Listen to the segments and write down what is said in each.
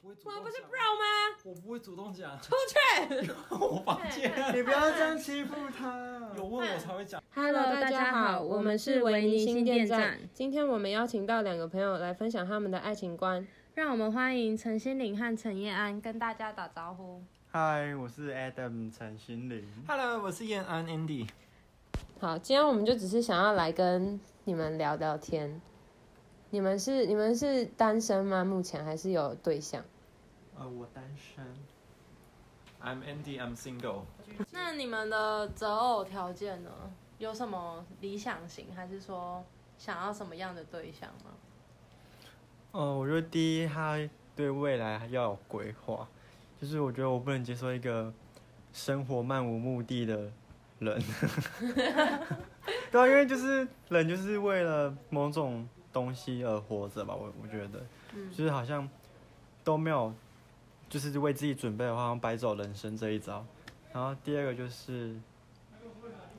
不会主我动不是讲，啊 bro 吗？我不会主动讲，出去。 我房哎间你不要这样欺负他。 有问我才会讲。 Hello，大家好，我们是维尼新店站。今天我们邀请到两个朋友来分享他们的爱情观。让我们欢迎陈心凌和陈叶安跟大家打招呼。嗨，我是 Adam 陈心凌。 Hello，我是燕安 Andy。好，今天我们就只是想要来跟你们聊聊天。你们是你们是单身吗？目前还是有对象？呃，我单身， I'm Andy. I'm single. 那你们的择偶条件呢？有什么理想型，还是说想要什么样的对象吗？呃，我觉得第一，他对未来要有规划，就是我觉得我不能接受一个生活漫无目的的人。 对啊，因为就是人就是为了某种东西而活着吧，我我觉得，就是好像都没有，就是为自己准备的话，好像白走人生这一招。然后第二个就是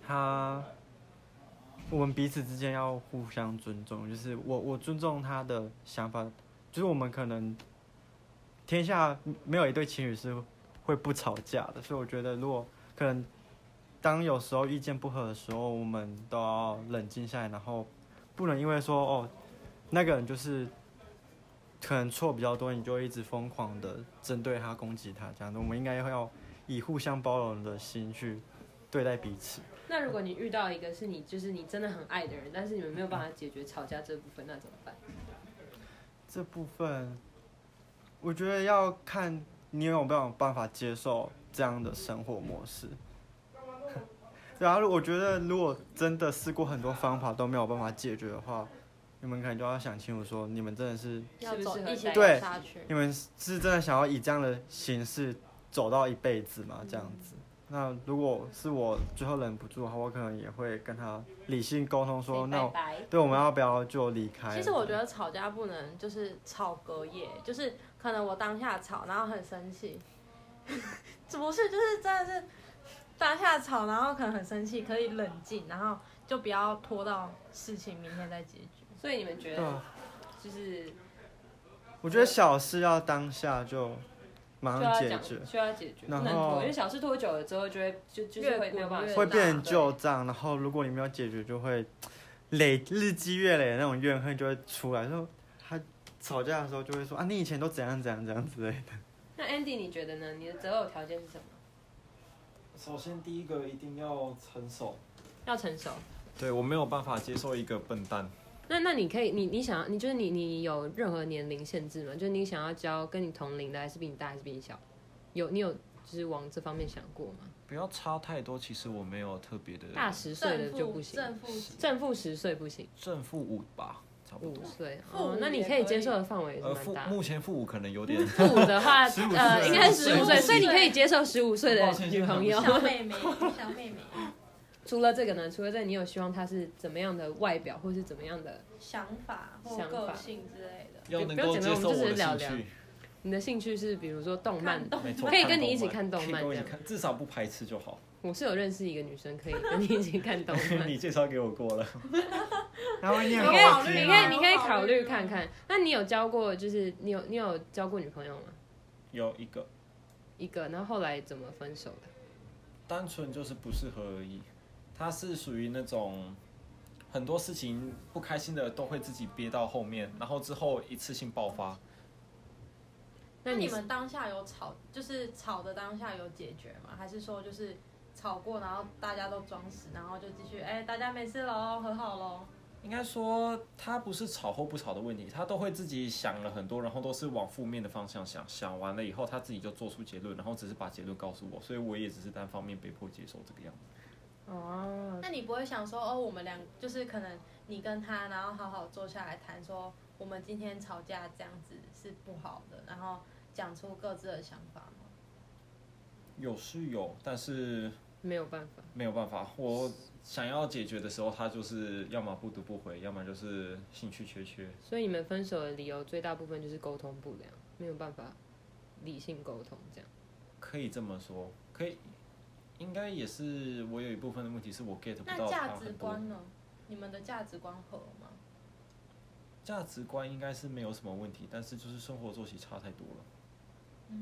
他。我们彼此之间要互相尊重，就是我我尊重他的想法，就是我们可能天下没有一对情侣是会不吵架的，所以我觉得如果可能，当有时候意见不合的时候，我们都要冷静下来，然后不能因为说哦那个人就是可能错比较多，你就一直疯狂的针对他攻击他这样子，我们应该要以互相包容的心去对待彼此。那如果你遇到一个是你就是你真的很爱的人，但是你们没有办法解决吵架这部分，那怎么办？这部分，我觉得要看你有没有办法接受这样的生活模式。 然后我觉得，如果真的试过很多方法都没有办法解决的话，你们可能就要想清楚，说你们真的是，要走是不是一起和走对下去？你们是真的想要以这样的形式走到一辈子吗？这样子。那如果是我最后忍不住的话，我可能也会跟他理性沟通说， Say 哦那我拜拜对我们要不要就离开了？其实我觉得吵架不能就是吵隔夜，就是可能我当下吵，然后很生气， 不是，就是真的是当下吵，然后可能很生气，可以冷静，然后就不要拖到事情明天再解决。所以你们觉对啊得就是我觉得小事要当下就马需上要解讲决，需要解决，不然能后拖，因为小事拖久了之后就会就就是会没有办法越滚越会大变成对旧账。然后如果你没有解决，就会累日积月累的那种怨恨就会出来。说他吵架的时候就会说啊，你以前都怎样怎样怎样之类的。那 Andy 你觉得呢？你的择偶条件是什么？首先，第一个一定要成熟。要成熟。对我没有办法接受一个笨蛋。那那你可以，你你想要，你就是你你有任何年龄限制吗？就是你想要交跟你同龄的，还是比你大，还是比你小？有你有就是往这方面想过吗？不要差太多，其实我没有特别的大十岁的就不行，正负正负十岁不行，正负五吧，差不五多。岁负哦五，那你也可以可接以受的范围也是呃，负蛮大的。嗯目前负五可能有点。负五的话， 15呃，岁应该是十五岁， 15所以你可以接受十五岁抱的歉女朋友。小妹妹，小妹妹， 除了这个呢？除了这个，你有希望她是怎么样的外表，或是怎么样的想法或想法个性之类的。 要不能要够紧接张受我们我就的只是聊兴聊趣，你的兴趣是，比如说动漫看动没错，可以跟你一起看动动可漫以跟我一起这看，至少不排斥就好。我是有认识一个女生，可以跟你一起看动 漫。你介绍给我过了，然后你你很可好以，听你可啊以，你吗可以考虑看看。那你有交过，就是你有你有交过女朋友吗？有一个一个，然后后来怎么分手的？单纯就是不适合而已。他是属于那种很多事情不开心的都会自己憋到后面，然后之后一次性爆发。那那你你们当下有吵，就是吵的当下有解决吗？还是说就是吵过，然后大家都装死，然后就继续，哎、大家没事喽，和好喽。应该说，他不是吵或不吵的问题，他都会自己想了很多，然后都是往负面的方向想，想完了以后他自己就做出结论，然后只是把结论告诉我，所以我也只是单方面被迫接受这个样子。哦，那你不会想说，哦，我们两就是可能你跟他，然后好好坐下来谈，说我们今天吵架这样子是不好的，然后讲出各自的想法吗？有是有，但是没有办法。没有办法，我想要解决的时候，他就是要么不读不回，要么就是兴趣缺缺。所以你们分手的理由最大部分就是沟通不良，没有办法理性沟通这样。可以这么说，可以，应该也是我有一部分的问题是我 get 不那到他价值很多观呢？你们的价值观合吗？价值观应该是没有什么问题，但是就是生活作息差太多了。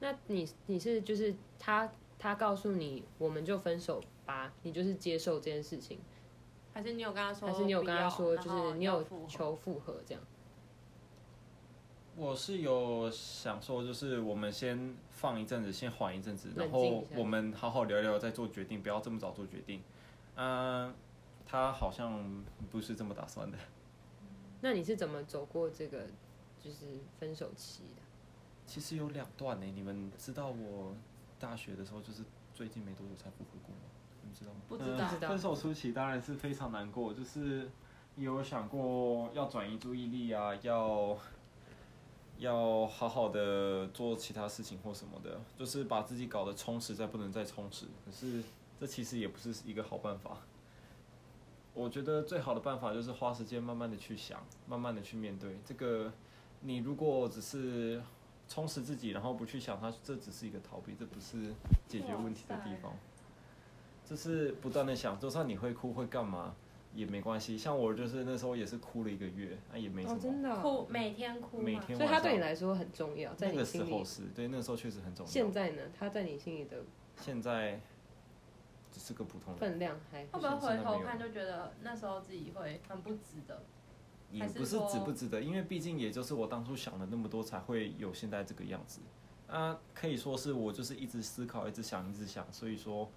那你你是就是他他告诉你我们就分手吧，你就是接受这件事情，还是你有跟他说？还是你有跟他说就哦不要然后是你要有复合求复合这样？我是有想说，就是我们先放一阵子，先缓一阵子，然冷静一后下我们好好聊聊，再做决定，不要这么早做决定。嗯、他好像不是这么打算的。那你是怎么走过这个就是分手期的？其实有两段呢，你们知道我大学的时候就是最近没多久才复合过吗？你们知道吗？不知道不知道分手初期当然是非常难过，就是有想过要转移注意力啊，要要好好的做其他事情或什么的，就是把自己搞得充实，再不能再充实。可是这其实也不是一个好办法。我觉得最好的办法就是花时间慢慢的去想，慢慢的去面对这个。你如果只是充实自己，然后不去想它，这只是一个逃避，这不是解决问题的地方。这是不断的想，就算你会哭会干嘛也没关系。像我就是那时候也是哭了一个月，那、也没什么。的哭，每天哭嘛，每天所以晚他上对你来说很重要，在那你个时心里候。是对，那个时候确实很重要。现在呢？他在你心里的现在只是个普通人，分量还会不会回头看就觉得那时候自己会很不值得？也不是值不值得，因为毕竟也就是我当初想了那么多，才会有现在这个样子。啊，可以说是我就是一直思考，一直想，一直想，所以说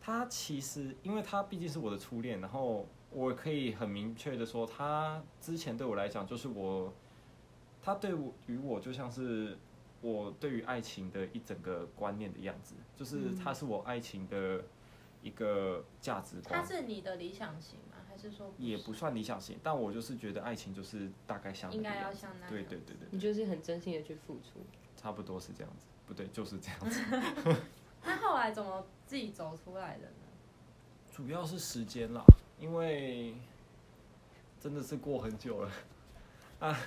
他其实，因为他毕竟是我的初恋，然后我可以很明确的说，他之前对我来讲就是我，他对我与我就像是我对于爱情的一整个观念的样子，就是他是我爱情的一个价值观。他是你的理想型吗？还是说也不算理想型，但我就是觉得爱情就是大概像那应个该样要子像那样？对对对对，你就是很真心的去付出。差不多是这样子，不对，就是这样子。那后来怎么自己走出来的呢？主要是时间啦，因为真的是过很久了 啊。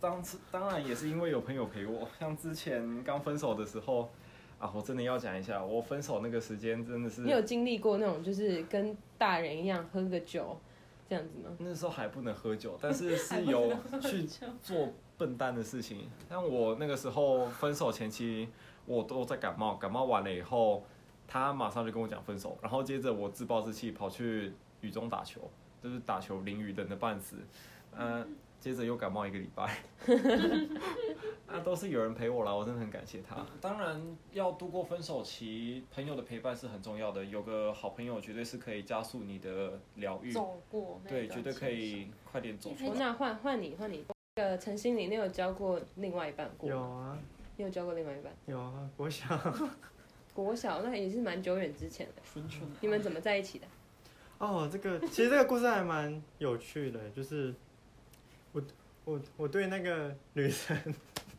当时当然也是因为有朋友陪我，像之前刚分手的时候啊，我真的要讲一下，我分手那个时间真的是你有经历过那种就是跟大人一样喝个酒这样子吗？那时候还不能喝酒，但是是有去做笨蛋的事情。像我那个时候分手前期，我都在感冒，感冒完了以后，他马上就跟我讲分手，然后接着我自暴自弃，跑去雨中打球，就是打球淋雨冷的半死，嗯、接着又感冒一个礼拜。那、都是有人陪我啦，我真的很感谢他。当然，要度过分手期，朋友的陪伴是很重要的。有个好朋友绝对是可以加速你的疗愈，走过那对，段绝对可情以快点走哎出来。哦那换换你换你，那个陈心凌，你有交过另外一半过？有，啊你有交过另外一半？有啊，我想国小那也是蛮久远之前的，春春你们怎么在一起的？哦，这个其实这个故事还蛮有趣的，就是我我我对那个女生，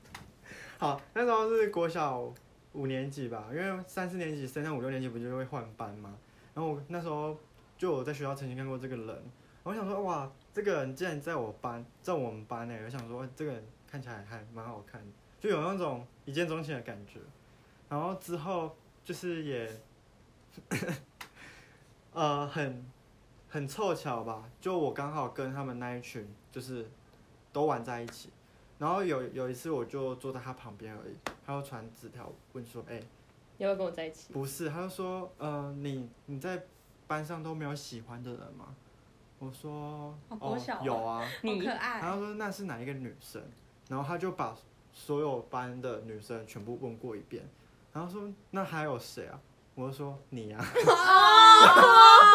好，那时候是国小五年级吧，因为三四年级升上五六年级不就会换班嘛，然后我那时候就我在学校曾经看过这个人，然后我想说哇，这个人竟然在我班，在我们班欸呢，我想说这个人看起来还蛮好看的，就有那种一见钟情的感觉，然后之后就是也。 呃，很很凑巧吧，就我刚好跟他们那一群就是都玩在一起，然后有有一次我就坐在他旁边而已，他就传纸条问说，哎、要不要跟我在一起？不是，他就说，呃，你你在班上都没有喜欢的人吗？我说，哦国小啊有啊，好你可爱，然后说那是哪一个女生，然后他就把所有班的女生全部问过一遍，然后说那还有谁啊？我就说你啊啊呀、哦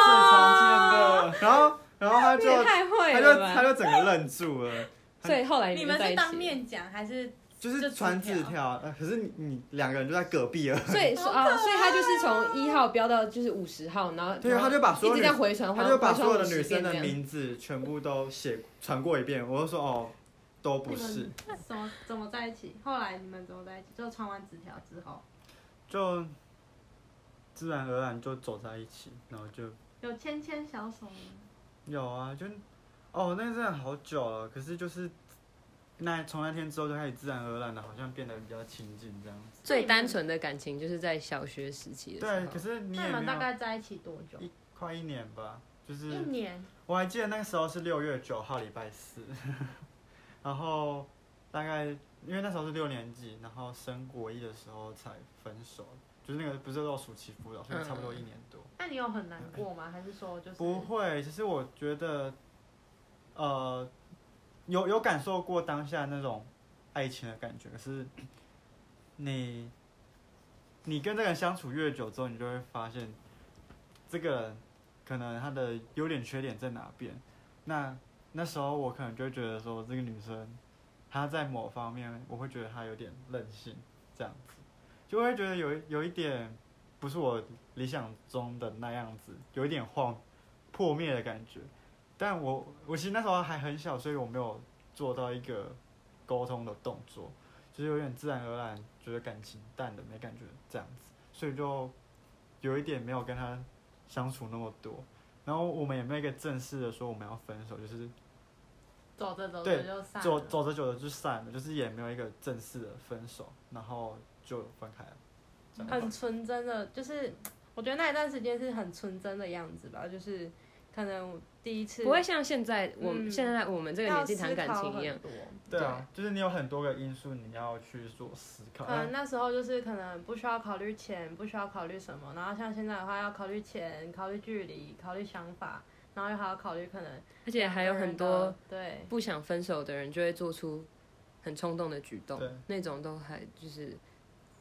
最常见的，然后然后他你就也太会他就了吧！他就整个愣住了，所以后来你们们在是一当起，面讲还是就是传就纸纸条，呃可是你你两个人就在隔壁了，所以哦说啊，所以他就是从一号飙到就是五十号，然后对然后他就把所有一直女这样回传，他就把回传所有的50女生遍的这样名字全部都写传过一遍，我就说哦，都不是，那怎么怎么在一起？后来你们怎么在一起？就传完纸条之后，就自然而然就走在一起，然后就有牵牵小手吗？有啊，就哦，那真的好久了，可是就是那从那天之后就开始自然而然的，好像变得比较亲近这样子。最单纯的感情就是在小学时期的时对，候可。是你那也你们大没有概在一起多久？一快一年吧，就是一年。 我还记得那个时候是六月九号礼拜四，然后大概因为那时候是六年级，然后升国一的时候才分手，就是那个不是都有暑期辅导，所以差不多一年多。那你有很难过吗？还是说就是不会，其实我觉得，呃，有有感受过当下那种爱情的感觉，可是你你跟这个人相处越久之后，你就会发现，这个人可能他的优点缺点在哪边。那那时候我可能就会觉得说，这个女生她在某方面，我会觉得她有点任性，这样子，就会觉得有一有一点不是我理想中的那样子，有一点晃破灭的感觉。但我我其实那时候还很小，所以我没有做到一个沟通的动作，就是有点自然而然觉得感情淡的没感觉这样子，所以就有一点没有跟他相处那么多。然后我们也没有一个正式的说我们要分手，就是走着走着对就散走了？走着走着就散了，就是也没有一个正式的分手，然后就分开了。这样很纯真的，就是我觉得那一段时间是很纯真的样子吧，就是可能第一次不会像现在我们、嗯现在我们这个年纪谈感情一样要思考很，多。对啊，就是你有很多个因素你要去做思考。可能那时候就是可能不需要考虑钱，不需要考虑什么，然后像现在的话要考虑钱、考虑距离、考虑想法，然后又还要考虑可能而且哎还有很多对不想分手的人就会做出很冲动的举动对，那种都还就是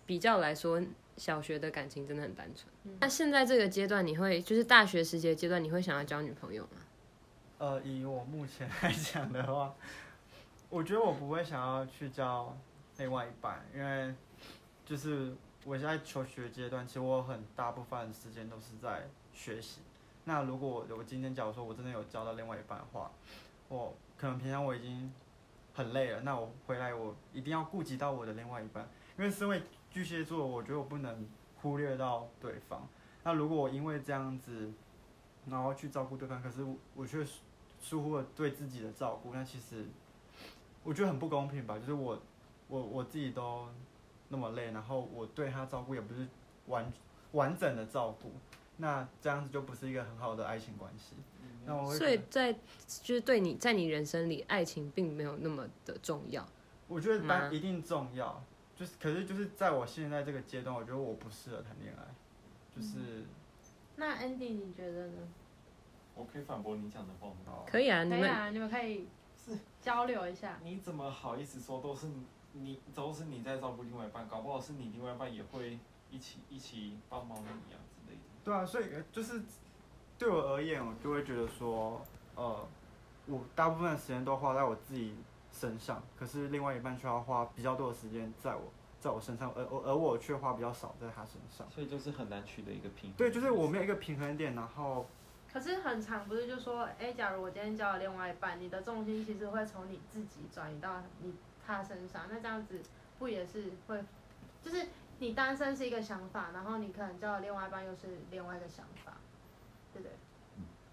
比较来说，小学的感情真的很单纯。那现在这个阶段，你会就是大学时期的阶段，你会想要交女朋友吗？呃，以我目前来讲的话，我觉得我不会想要去交另外一半，因为就是我现在求学阶段，其实我很大部分时间都是在学习。那如果我我今天假如说我真的有交到另外一半的话，我可能平常我已经很累了，那我回来我一定要顾及到我的另外一半，因为身为巨蟹座，我觉得我不能忽略到对方。那如果我因为这样子，然后去照顾对方，可是我我却疏忽了对自己的照顾，那其实我觉得很不公平吧。就是我我我自己都那么累，然后我对他照顾也不是完完整的照顾，那这样子就不是一个很好的爱情关系。嗯那我哦会所以在就是对你在你人生里，爱情并没有那么的重要。我觉得当吗一定重要，就是可是就是在我现在这个阶段，我觉得我不适合谈恋爱，就是、那 Andy 你觉得呢？我可以反驳你讲的话哦吗？可以啊，你可以们啊，你们可以是交流一下。你怎么好意思说都是你都是你在照顾另外一半？搞不好是你另外一半也会一起一起帮忙你啊之类的。对啊，所以呃就是对我而言，我就会觉得说，呃，我大部分的时间都花在我自己身上，可是另外一半却要花比较多的时间在我在我身上，而而而我却花比较少在他身上。所以就是很难取得一个平衡。对，就是我没有一个平衡点，然后可是很常不是就说，哎、假如我今天交了另外一半，你的重心其实会从你自己转移到你他身上，那这样子不也是会，就是你单身是一个想法，然后你可能交了另外一半又是另外一个想法，对不对？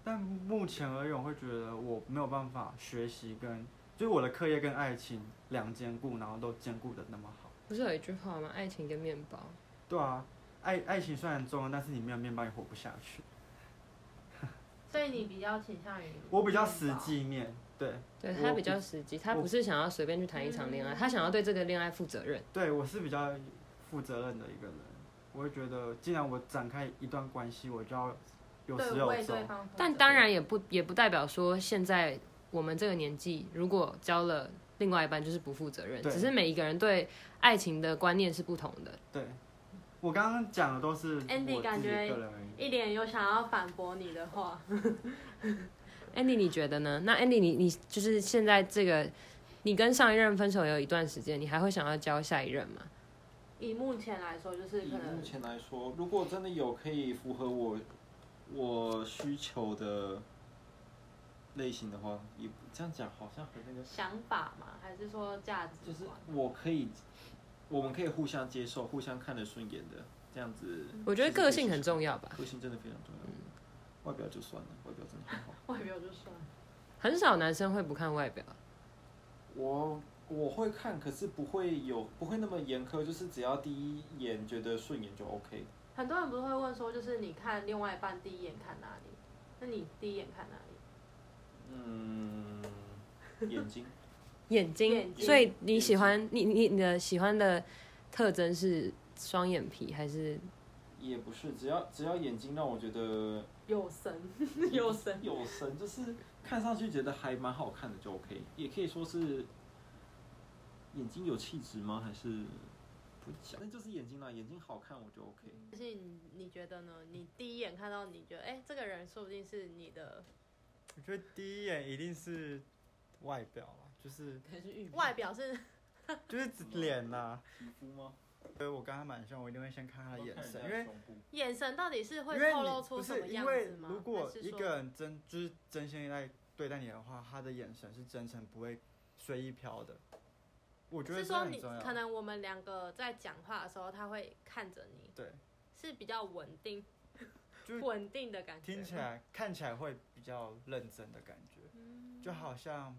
但目前而言，我会觉得我没有办法学习跟就是我的课业跟爱情两兼顾，然后都兼顾的那么好。不是有一句话吗？爱情跟面包。对啊，爱爱情虽然重要，但是你没有面包也活不下去。所以你比较倾向于我比较实，际面对。对我他比较实际，他我不是想要随便去谈一场恋爱，他想要对这个恋爱负责任。对我是比较负责任的一个人，我会觉得，既然我展开一段关系，我就要有始对，有为终对。方负责。但当然也不也不代表说现在我们这个年纪，如果交了另外一半就是不负责任，对只是每一个人对爱情的观念是不同的。对，我刚刚讲的都是我自己 Andy 感觉个人而已。一脸有想要反驳你的话， Andy，你觉得呢？那 Andy，你你就是现在这个，你跟上一任分手有一段时间，你还会想要交下一任吗？以目前来说就是以可能目前来说，如果真的有可以符合我我需求的类型的话，也不这样讲好像很那个，想法嘛，还是说价值就观？是我可以，我们可以互相接受、互相看得顺眼的这样子。我觉得其实个性可以很试试重要吧，嗯看，个性真的非常重要。外表就算了，外表真的很好。外表就算了。很少男生会不看外表。我我会看，可是不会有不会那么严苛，就是只要第一眼觉得顺眼就 OK。很多人不是会问说，就是你看另外一半第一眼看哪里？那你第一眼看哪里？嗯，眼睛眼睛，眼睛所以你喜欢你你你的喜欢的特征是双眼皮还是也不是，只要只要眼睛让我觉得有神， 有神，有神，就是看上去觉得还蛮好看的就 OK，也可以说是眼睛有气质吗？还是不讲？那就是眼睛啦，眼睛好看我就 OK。但是你你觉得呢？你第一眼看到，你觉得哎、这个人说不定是你的我觉得第一眼一定是外表啦，就是还是外表是就是指脸呐、皮肤吗？所以我跟他蛮像，我一定会先看啊他的眼神，因为为眼神，到底是会因为透你露出不什么是因样为子吗？如果还是一说个人真就是真心在对待你的话，他的眼神是真诚，不会随意飘的。我觉得是这说很你重要。可能我们两个在讲话的时候，他会看着你，对，是比较稳定就，是 稳定的感觉。听起，来看起来会比较认真的感觉，嗯就好像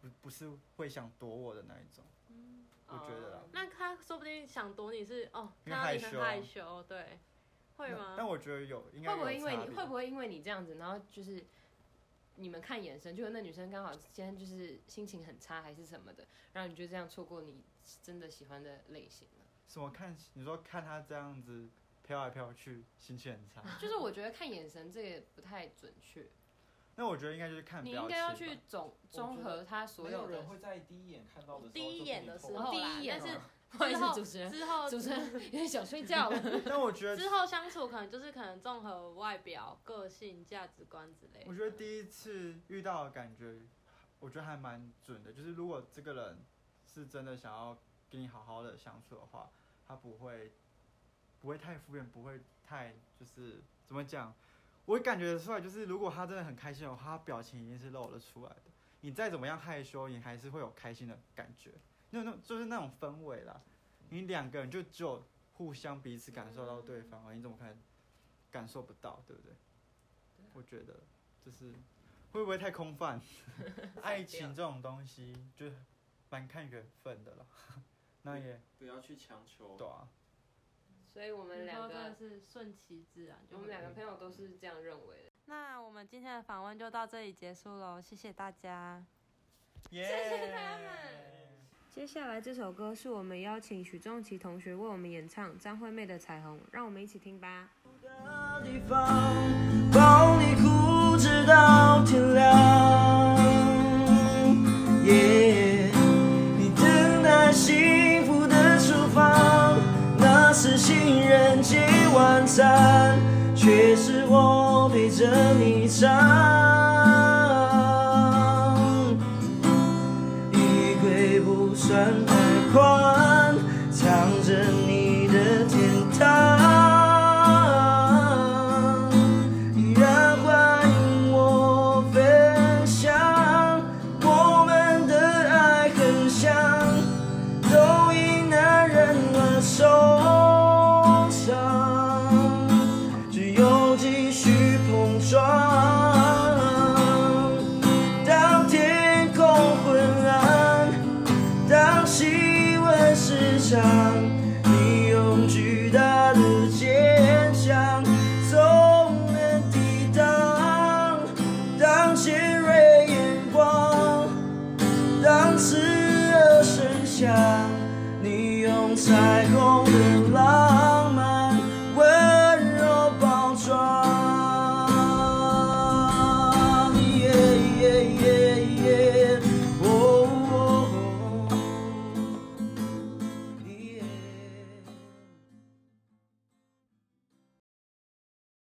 不不是会想躲我的那一种。我觉得啦哦那他说不定想躲你是哦，因为看到你很害啊害羞，对，会那吗？但我觉得有，应该会不会有因为差你别会不会因为你这样子，然后就是你们看眼神，就那女生刚好今天就是心情很差还是什么的，然后你就这样错过你真的喜欢的类型了。什么看？你说看他这样子飘来飘去，心情很差。就是我觉得看眼神这个也不太准确，那我觉得应该就是看你表情应吧。该要去总综合他所没有有的人。 会在第一眼看到的时候第一眼的时候候第啦，一眼但哦是不好意思，主持人，之后主持人 有点想睡 觉了。但我觉 得，之后相处可能就是可能综合外表、个性、价值观之类的。我觉得第一次遇到的感觉，我觉得还蛮准的。就是如果这个人是真的想要跟你好好的相处的话，他不会不会太敷衍，不会太就是怎么讲，我感觉得出来，就是如果他真的很开心的话，他表情一定是露得出来的。你再怎么样害羞，你还是会有开心的感觉，那种就是那种氛围啦。你两个人就只有互相彼此感受到对方而已，你怎么可能感受不到，对不对？我觉得就是会不会太空泛？ 爱情这种东西就蛮看缘分 的啦。那也不要去强求。对啊，所以我们两以后真的个，是顺其自然，我们两个朋友都是这样认为的。那我们今天的访问就到这里结束喽，谢谢大家。耶、谢谢他们。接下来这首歌是我们邀请许仲琪同学为我们演唱张惠妹的《彩虹》，让我们一起听吧。的地方，抱你哭直到天亮。耶，你等待幸福的厨房，那是情人节晚餐，却是我陪着你唱。衣柜不算太宽，藏着你的天堂，依然欢迎我分享。我们的爱很像，都因男人而收藏，只有继续碰撞。当天空昏暗，当气温失常，你用巨大的坚强总能抵挡。当尖锐眼光，当炽热声响，你用彩虹的浪。